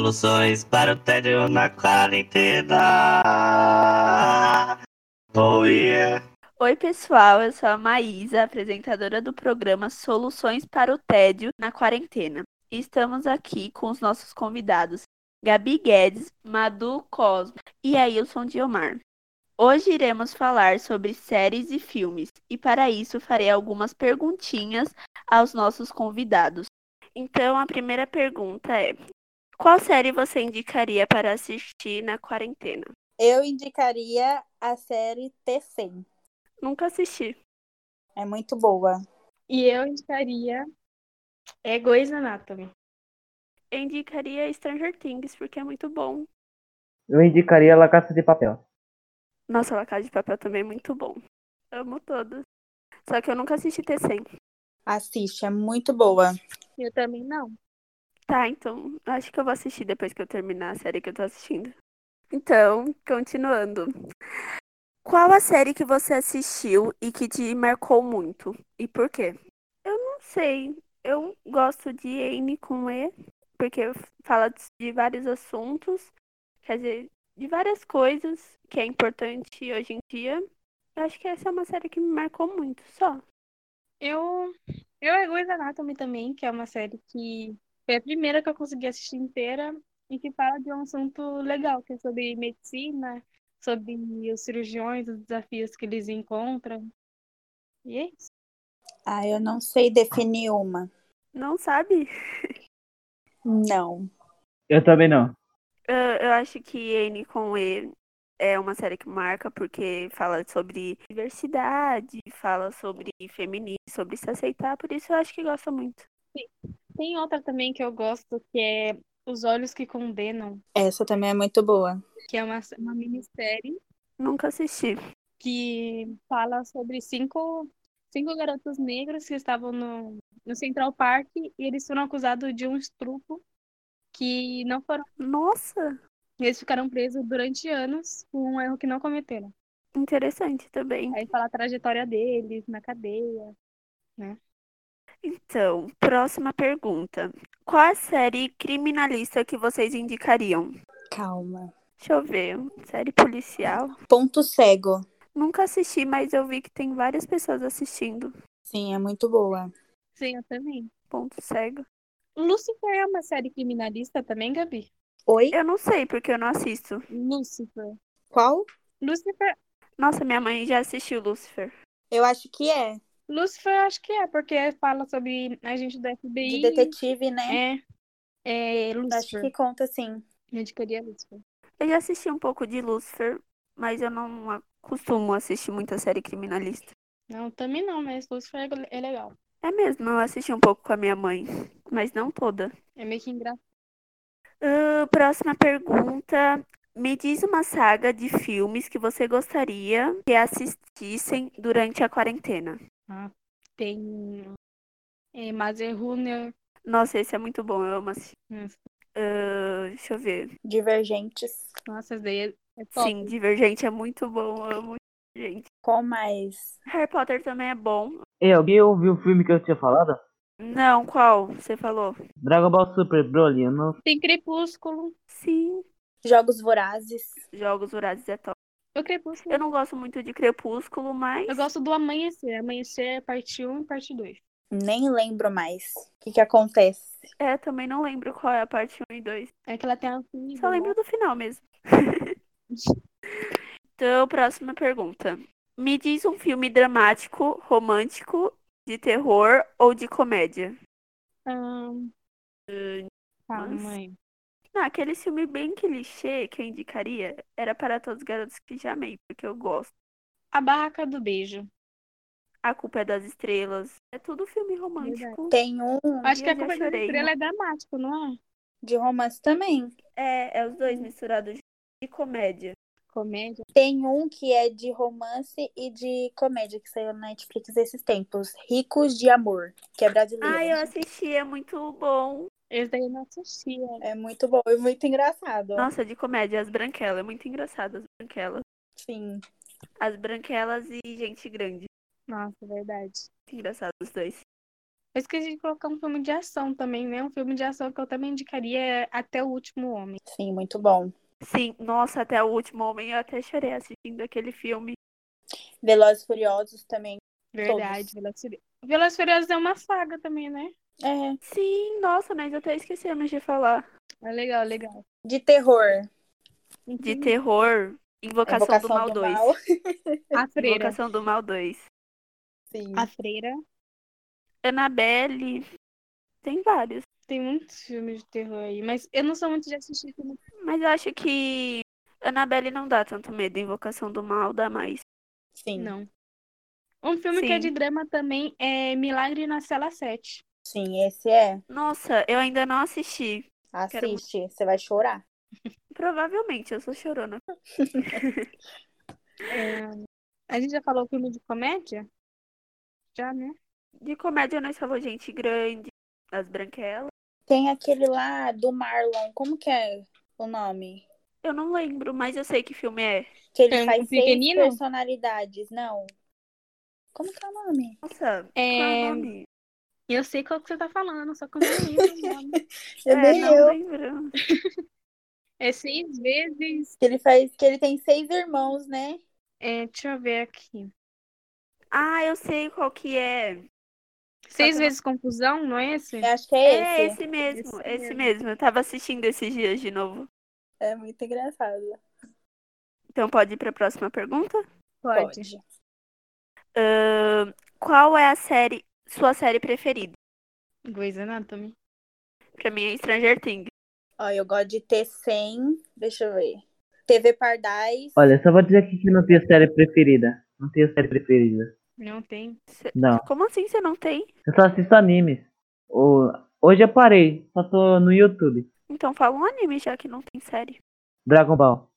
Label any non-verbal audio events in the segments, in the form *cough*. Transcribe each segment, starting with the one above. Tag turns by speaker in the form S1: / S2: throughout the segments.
S1: Soluções para o tédio na quarentena. Oh yeah.
S2: Oi, pessoal, eu sou a Maísa, apresentadora do programa Soluções para o Tédio na Quarentena. E estamos aqui com os nossos convidados, Gabi Guedes, Madu Cosmo e Ailson Diomar. Hoje iremos falar sobre séries e filmes, e para isso farei algumas perguntinhas aos nossos convidados. Então, a primeira pergunta é: qual série você indicaria para assistir na quarentena?
S3: Eu indicaria a série T100.
S2: Nunca assisti.
S3: É muito boa.
S4: E eu indicaria é Grey's Anatomy.
S2: Eu indicaria Stranger Things, porque é muito bom.
S5: Eu indicaria La Caça de Papel.
S2: Nossa, La Casa de Papel também é muito bom. Amo todos. Só que eu nunca assisti T100.
S3: Assiste, é muito boa.
S4: Eu também não.
S2: Tá, então acho que eu vou assistir depois que eu terminar a série que eu tô assistindo. Então, continuando. Qual a série que você assistiu e que te marcou muito? E por quê? Eu não sei. Eu gosto de N com E, porque fala de vários assuntos, quer dizer, de várias coisas que é importante hoje em dia. Eu acho que essa é uma série que me marcou muito, só.
S4: Eu, eu é Grey's Anatomy também, que é uma série que foi a primeira que eu consegui assistir inteira e que fala de um assunto legal, que é sobre medicina, sobre os cirurgiões, os desafios que eles encontram. E é isso.
S3: Ah, eu não sei definir uma.
S2: Não sabe?
S3: Não.
S5: Eu também não.
S2: Eu, Ah, eu acho que N com E é uma série que marca porque fala sobre diversidade, fala sobre feminismo, sobre se aceitar, por isso eu acho que gosta muito.
S4: Tem outra também que eu gosto, que é Os Olhos que Condenam,
S3: Essa também é muito boa.
S4: que é uma, uma minissérie
S2: Nunca assisti.
S4: que fala sobre cinco, cinco garotos negros que estavam no, no Central Park e eles foram acusados de um estupro que não foram.
S2: Nossa,
S4: Eles ficaram presos durante anos por um erro que não cometeram.
S2: interessante também.
S4: Aí fala a trajetória deles na cadeia.
S2: Então, próxima pergunta. Qual a série criminalista que vocês indicariam?
S3: Calma.
S2: Deixa eu ver. Série policial?
S3: Ponto cego.
S2: Nunca assisti, mas eu vi que tem várias pessoas assistindo.
S3: Sim, é muito boa.
S4: Sim, eu também.
S2: Ponto cego.
S4: Lucifer é uma série criminalista também, Gabi?
S3: Oi?
S2: Eu não sei porque eu não assisto.
S4: Lucifer.
S3: Qual?
S4: Lucifer,
S2: Nossa, minha mãe já assistiu Lucifer.
S3: Eu acho que é.
S4: Lucifer eu acho que é, porque fala sobre agente do FBI.
S3: De detetive, né?
S4: É. É
S3: Acho
S4: Lucifer.
S3: que conta assim, sim.
S4: Eu indicaria Lucifer.
S2: Eu já assisti um pouco de Lucifer, mas eu não a- costumo assistir muita série criminalista.
S4: Não, também não, mas Lucifer é le- é legal.
S2: É mesmo, eu assisti um pouco com a minha mãe, mas não toda.
S4: É meio que engraçado.
S2: Ah, próxima pergunta. Me diz uma saga de filmes que você gostaria que assistissem durante a quarentena.
S4: Tem é, Mazer-Runner.
S2: Nossa, esse é muito bom, eu amo assistir.
S4: Nossa,
S2: Ah, deixa eu ver.
S3: Divergentes.
S4: Nossa, esse daí é, é top.
S2: Sim, Divergente é muito bom, eu amo Divergente.
S3: Qual mais?
S2: Harry Potter também é bom.
S5: Ei, alguém ouviu o filme que eu tinha falado?
S2: Não, qual? Você falou?
S5: Dragon Ball Super Broly, eu não...
S4: Tem Crepúsculo.
S2: Sim,
S3: Jogos vorazes.
S2: Jogos Vorazes é top.
S4: O Crepúsculo.
S2: Eu não gosto muito de Crepúsculo, mas
S4: Eu gosto do Amanhecer. Amanhecer é parte 1 e parte 2.
S3: Nem lembro mais. O que, que acontece?
S2: é, também não lembro qual é a parte 1 e 2.
S4: É que ela tem a filha.
S2: Só lembro do final mesmo. *laughs* então, próxima pergunta. Me diz um filme dramático, romântico, de terror ou de comédia?
S4: Ahn, hum, Calma aí.
S2: Não, Ah, aquele filme bem clichê que eu indicaria era Para Todos os Garotos que Já Amei, porque eu gosto.
S4: A Barraca do Beijo.
S2: A Culpa é das Estrelas. É tudo filme romântico.
S3: Tem um
S4: Acho que
S2: eu já
S4: a Copa da
S2: chorei, né?
S4: Estrela é dramático, não é?
S3: de romance também.
S2: É, é os dois misturados de comédia.
S4: Comédia.
S3: Tem um que é de romance e de comédia, que saiu na Netflix esses tempos. Ricos de Amor, que é brasileiro.
S2: Ah, eu assisti, é muito bom.
S4: Esse daí eu não assistia.
S3: É muito bom e muito engraçado.
S2: Nossa, de comédia, As Branquelas. É muito engraçado, As Branquelas.
S3: Sim.
S2: As Branquelas e Gente Grande.
S4: Nossa, é verdade.
S2: Muito engraçado os dois.
S4: Eu esqueci de colocar um filme de ação também, né? Um filme de ação que eu também indicaria é Até o Último Homem.
S3: Sim, muito bom.
S2: Sim, nossa, até o último homem eu até chorei assistindo aquele filme.
S3: Velozes e Furiosos também.
S4: Verdade, Velozes e Furiosos. Velozes e Furiosos é uma saga também, né?
S3: É.
S2: Sim, nossa, nós até esquecemos de falar.
S4: É legal, legal.
S3: De terror.
S2: De terror, Invocação, do Mal 2.
S3: Uhum. Mal.
S4: *laughs* A Freira.
S2: Invocação do Mal 2.
S3: Sim.
S2: Ah,
S4: A Freira.
S2: Annabelle. Tem vários.
S4: Tem muitos filmes de terror aí, mas eu não sou muito de assistir filme. assim,
S2: Mas eu acho que Annabelle não dá tanto medo. Invocação do Mal dá mais.
S3: Sim.
S4: Não. Um filme que é de drama também é Milagre na Cela 7.
S3: Sim, esse é.
S2: Nossa, eu ainda não assisti. Quero muito.
S3: Assiste, você vai chorar.
S2: Provavelmente, eu sou chorona.
S4: É. A gente já falou filme de comédia? Já, né?
S2: De comédia, nós falou gente grande, as branquelas.
S3: Tem aquele lá do Marlon, como que é o nome?
S2: Eu não lembro, mas eu sei que filme é.
S3: Que ele
S4: É um
S3: faz seis
S4: pequenino?
S3: personalidades, não. Como que é o nome?
S2: Nossa, qual é
S4: É,
S2: o nome?
S4: eu sei qual que você tá falando, só que eu não lembro o *laughs* nome.
S3: Eu
S2: é,
S3: nem
S2: não
S3: eu.
S2: lembro.
S4: É seis vezes.
S3: Que ele faz, que ele tem seis irmãos, né?
S4: É, deixa eu ver aqui.
S2: Ah, eu sei qual que é.
S4: Seis
S2: que-
S4: vezes confusão, não é esse?
S3: Eu acho que é esse.
S2: É esse mesmo,
S4: Esse
S2: esse mesmo. Eu tava assistindo esses dias de novo.
S3: É muito engraçado.
S2: Então pode ir pra próxima pergunta?
S4: Pode.
S2: Ahn, qual é a série, sua série preferida? É.
S4: Grey's Anatomy.
S2: Pra mim é Stranger Things.
S3: Ó, eu gosto de T100, deixa eu ver. TV Pardais.
S5: Olha, só vou dizer aqui que não tenho série preferida. Não tenho série preferida.
S4: Não tem.
S2: Cê-
S5: Não.
S2: Como assim você não tem?
S5: Eu só assisto animes. Ou- Hoje eu parei, só tô no YouTube.
S2: Então fala um anime já que não tem série.
S5: Dragon Ball.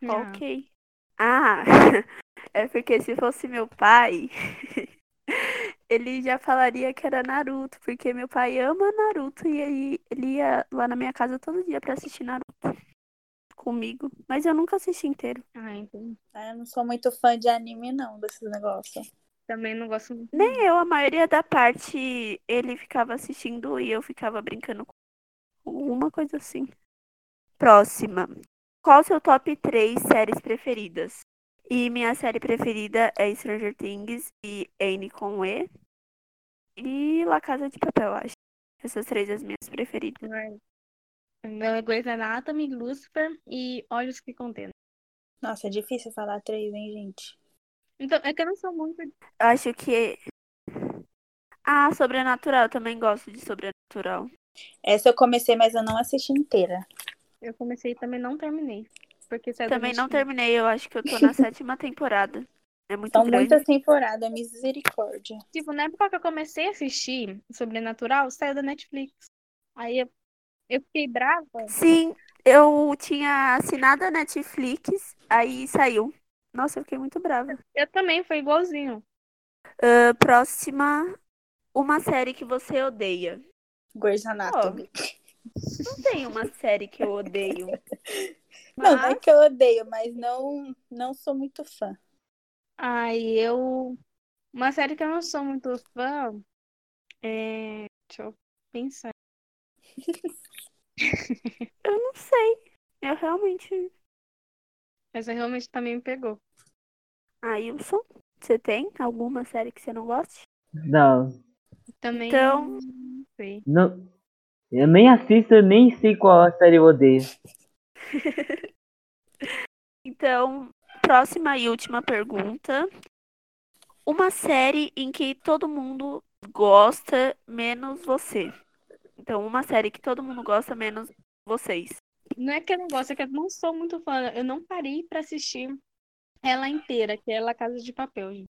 S4: Não.
S2: Ok. É. Ah, *laughs* é porque se fosse meu pai, *laughs* ele já falaria que era Naruto, porque meu pai ama Naruto e aí ele ia lá na minha casa todo dia pra assistir Naruto comigo, mas eu nunca assisti inteiro.
S4: Ah, entendi.
S3: Ah, Eu não sou muito fã de anime, não, desses negócios.
S4: Também não gosto muito.
S2: Nem eu, a maioria da parte ele ficava assistindo e eu ficava brincando com uma coisa assim. Próxima. Qual o seu top 3 séries preferidas? E minha série preferida é Stranger Things e N com E. E La Casa de Papel, eu acho. Essas três as minhas preferidas.
S4: Mas... O Meu é Grey's Anatomy, Lucifer e Olhos que Condenam.
S3: Nossa, é difícil falar três, hein, gente?
S4: Então, é que eu não sou muito.
S2: Eu acho que. Ah, Sobrenatural, eu também gosto de Sobrenatural.
S3: Essa eu comecei, mas eu não assisti inteira.
S4: Eu comecei e também não terminei. Porque saiu do
S2: Também não
S4: Netflix.
S2: terminei, eu acho que eu tô
S3: *laughs*
S2: na sétima temporada. É muito
S3: São
S2: grande.
S3: muitas temporadas, Então, misericórdia.
S4: Tipo, na época que eu comecei a assistir Sobrenatural, saiu da Netflix. Aí eu, eu fiquei brava.
S2: Sim, eu tinha assinado a Netflix, aí saiu. Nossa, eu fiquei muito brava.
S4: Eu também, foi igualzinho.
S2: Ah, próxima, uma série que você odeia.
S3: Grey's Anatomy.
S2: Não tem uma série que eu odeio.
S3: Não, não é
S2: Mas
S3: que eu odeio, mas não, não sou muito fã.
S4: Aí eu. Uma série que eu não sou muito fã. É. Deixa eu pensar.
S2: eu não sei. Eu realmente.
S4: Essa realmente também me pegou.
S2: Ah, Wilson, você tem alguma série que você não goste?
S5: Não,
S4: Também.
S2: Então-
S4: não sei.
S5: não. Eu nem assisto, eu nem sei qual série eu odeio.
S2: Então, próxima e última pergunta. Uma série em que todo mundo gosta, menos você. Então, uma série que todo mundo gosta, menos vocês.
S4: Não é que eu não gosto, é que eu não sou muito fã. Eu não parei pra assistir ela inteira, que é La Casa de Papel, gente.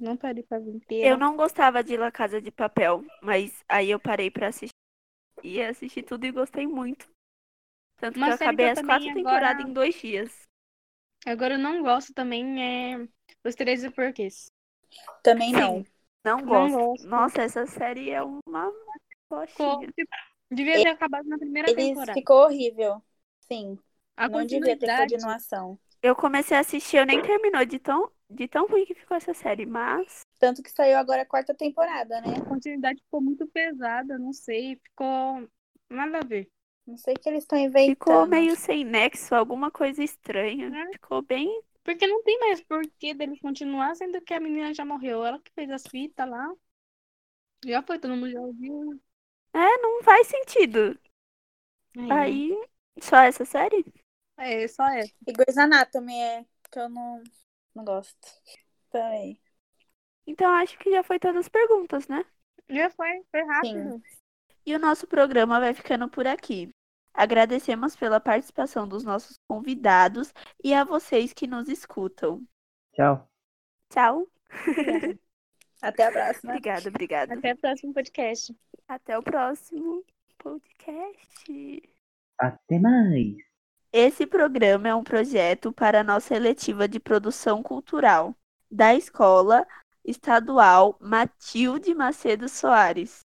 S4: Não parei pra ver inteira.
S2: Eu não gostava de La Casa de Papel, mas aí eu parei pra assistir. E assisti tudo e gostei muito. Tanto
S4: Uma
S2: que eu
S4: série que
S2: acabei
S4: eu
S2: as
S4: também
S2: quatro
S4: agora-
S2: temporadas em dois dias.
S4: Agora eu não gosto também é Os 13 Porquês.
S3: Também
S2: Sim,
S3: não.
S2: Não
S4: Não
S2: gosto.
S4: gosto.
S2: Nossa, essa série é uma
S4: Ficou-
S2: coxinha.
S4: tipo, devia ter acabado na primeira
S3: Ele
S4: temporada.
S3: ficou horrível. Sim,
S4: A
S3: não devia ter
S4: continuidade-
S3: continuação.
S2: Eu comecei a assistir, eu nem terminou de tão, de tão ruim que ficou essa série, mas
S3: Tanto que saiu agora a quarta temporada, né?
S4: A continuidade ficou muito pesada, não sei, ficou nada a ver.
S3: Não sei o que eles estão inventando.
S2: Ficou meio sem nexo, alguma coisa estranha.
S4: É.
S2: Ficou bem.
S4: Porque não tem mais porquê dele continuar, sendo que a menina já morreu. Ela que fez as fitas lá. Já foi, todo mundo já ouviu.
S2: É, não faz sentido. Aí, só essa série?
S4: É, só é.
S3: E Grey's Anatomy é que eu não, não gosto. é Também.
S2: Então acho que já foi todas as perguntas, né?
S4: Já foi, foi rápido.
S2: E o nosso programa vai ficando por aqui. Agradecemos pela participação dos nossos convidados e a vocês que nos escutam.
S5: Tchau.
S2: Tchau.
S3: Até a próxima.
S2: Obrigada, obrigada.
S4: Até o próximo podcast.
S2: Até o próximo podcast.
S5: Até mais.
S2: Esse programa é um projeto para a nossa eletiva de produção cultural da Escola Estadual Matilde Macedo Soares.